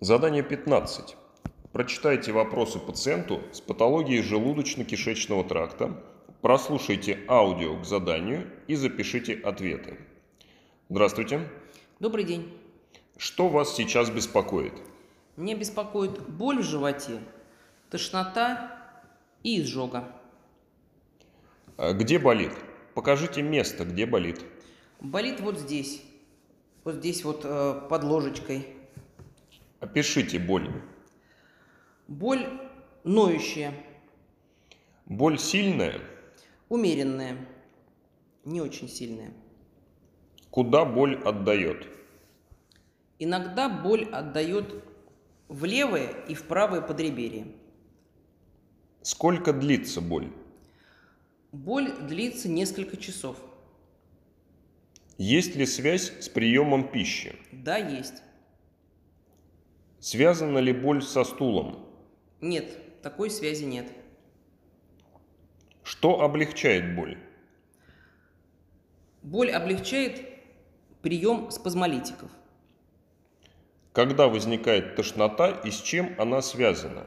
Задание 15. Прочитайте вопросы пациенту с патологией желудочно-кишечного тракта, прослушайте аудио к заданию и запишите ответы. Здравствуйте. Добрый день. Что вас сейчас беспокоит? Меня беспокоит боль в животе, тошнота и изжога. А Где болит? Покажите место, где болит. Болит вот здесь, вот здесь вот э, под ложечкой. Опишите боль. Боль ноющая, Боль сильная? умеренная, не очень сильная. Куда боль отдает? Иногда боль отдает в левое и в правое подреберье. Сколько длится боль? Боль длится несколько часов. Есть ли связь с приемом пищи? Да, есть. Связана ли боль со стулом? Нет, такой связи нет. Что облегчает боль? Боль облегчает прием спазмолитиков. Когда возникает тошнота и с чем она связана?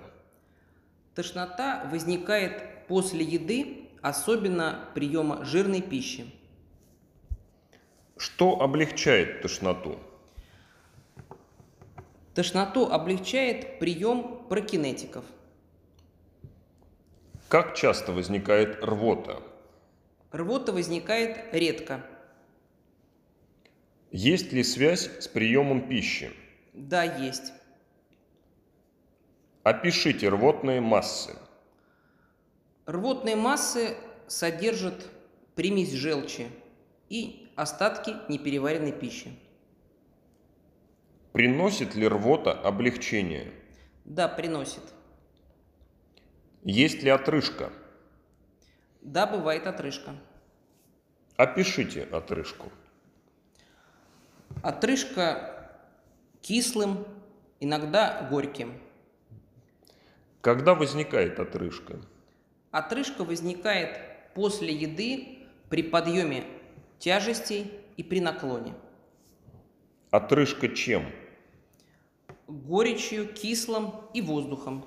Тошнота возникает после еды, особенно приема жирной пищи. Что облегчает тошноту? Тошноту облегчает прием прокинетиков. Как часто возникает рвота? Рвота возникает редко. Есть ли связь с приемом пищи? Да, есть. Опишите рвотные массы. Рвотные массы содержат примесь желчи и остатки непереваренной пищи. Приносит ли рвота облегчение? Да, приносит. Есть ли отрыжка? Да, бывает отрыжка. Опишите отрыжку. Отрыжка кислым, иногда горьким. Когда возникает отрыжка? Отрыжка возникает после еды при подъеме тяжестей и при наклоне. Отрыжка чем? Горечью, кислым и воздухом.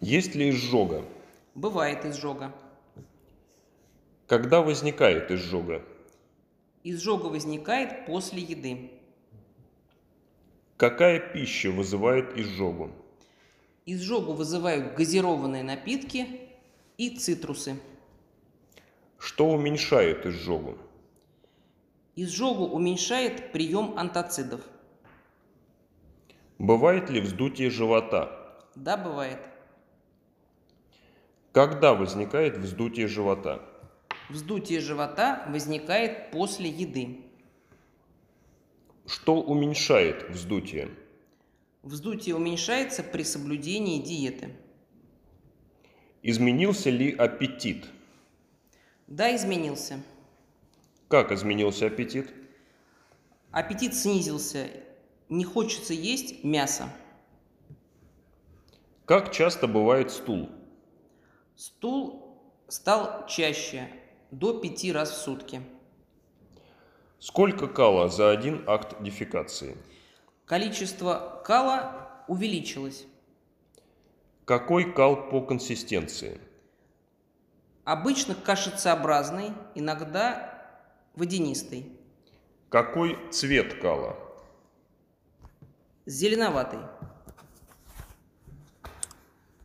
Есть ли изжога? Бывает изжога. Когда возникает изжога? Изжога возникает после еды. Какая пища вызывает изжогу? Изжогу вызывают газированные напитки и цитрусы. Что уменьшает изжогу? Изжогу уменьшает прием антацидов. Бывает ли вздутие живота? Да, бывает. Когда возникает вздутие живота? Вздутие живота возникает после еды. Что уменьшает вздутие? Вздутие уменьшается при соблюдении диеты. Изменился ли аппетит? Да, изменился. Как изменился аппетит? Аппетит снизился, не хочется есть мясо. Как часто бывает стул? Стул стал чаще, до пяти раз в сутки. Сколько кала за один акт дефекации? Количество кала увеличилось. Какой кал по консистенции? Обычно кашицеобразный, иногда водянистый, Какой цвет кала? зеленоватый.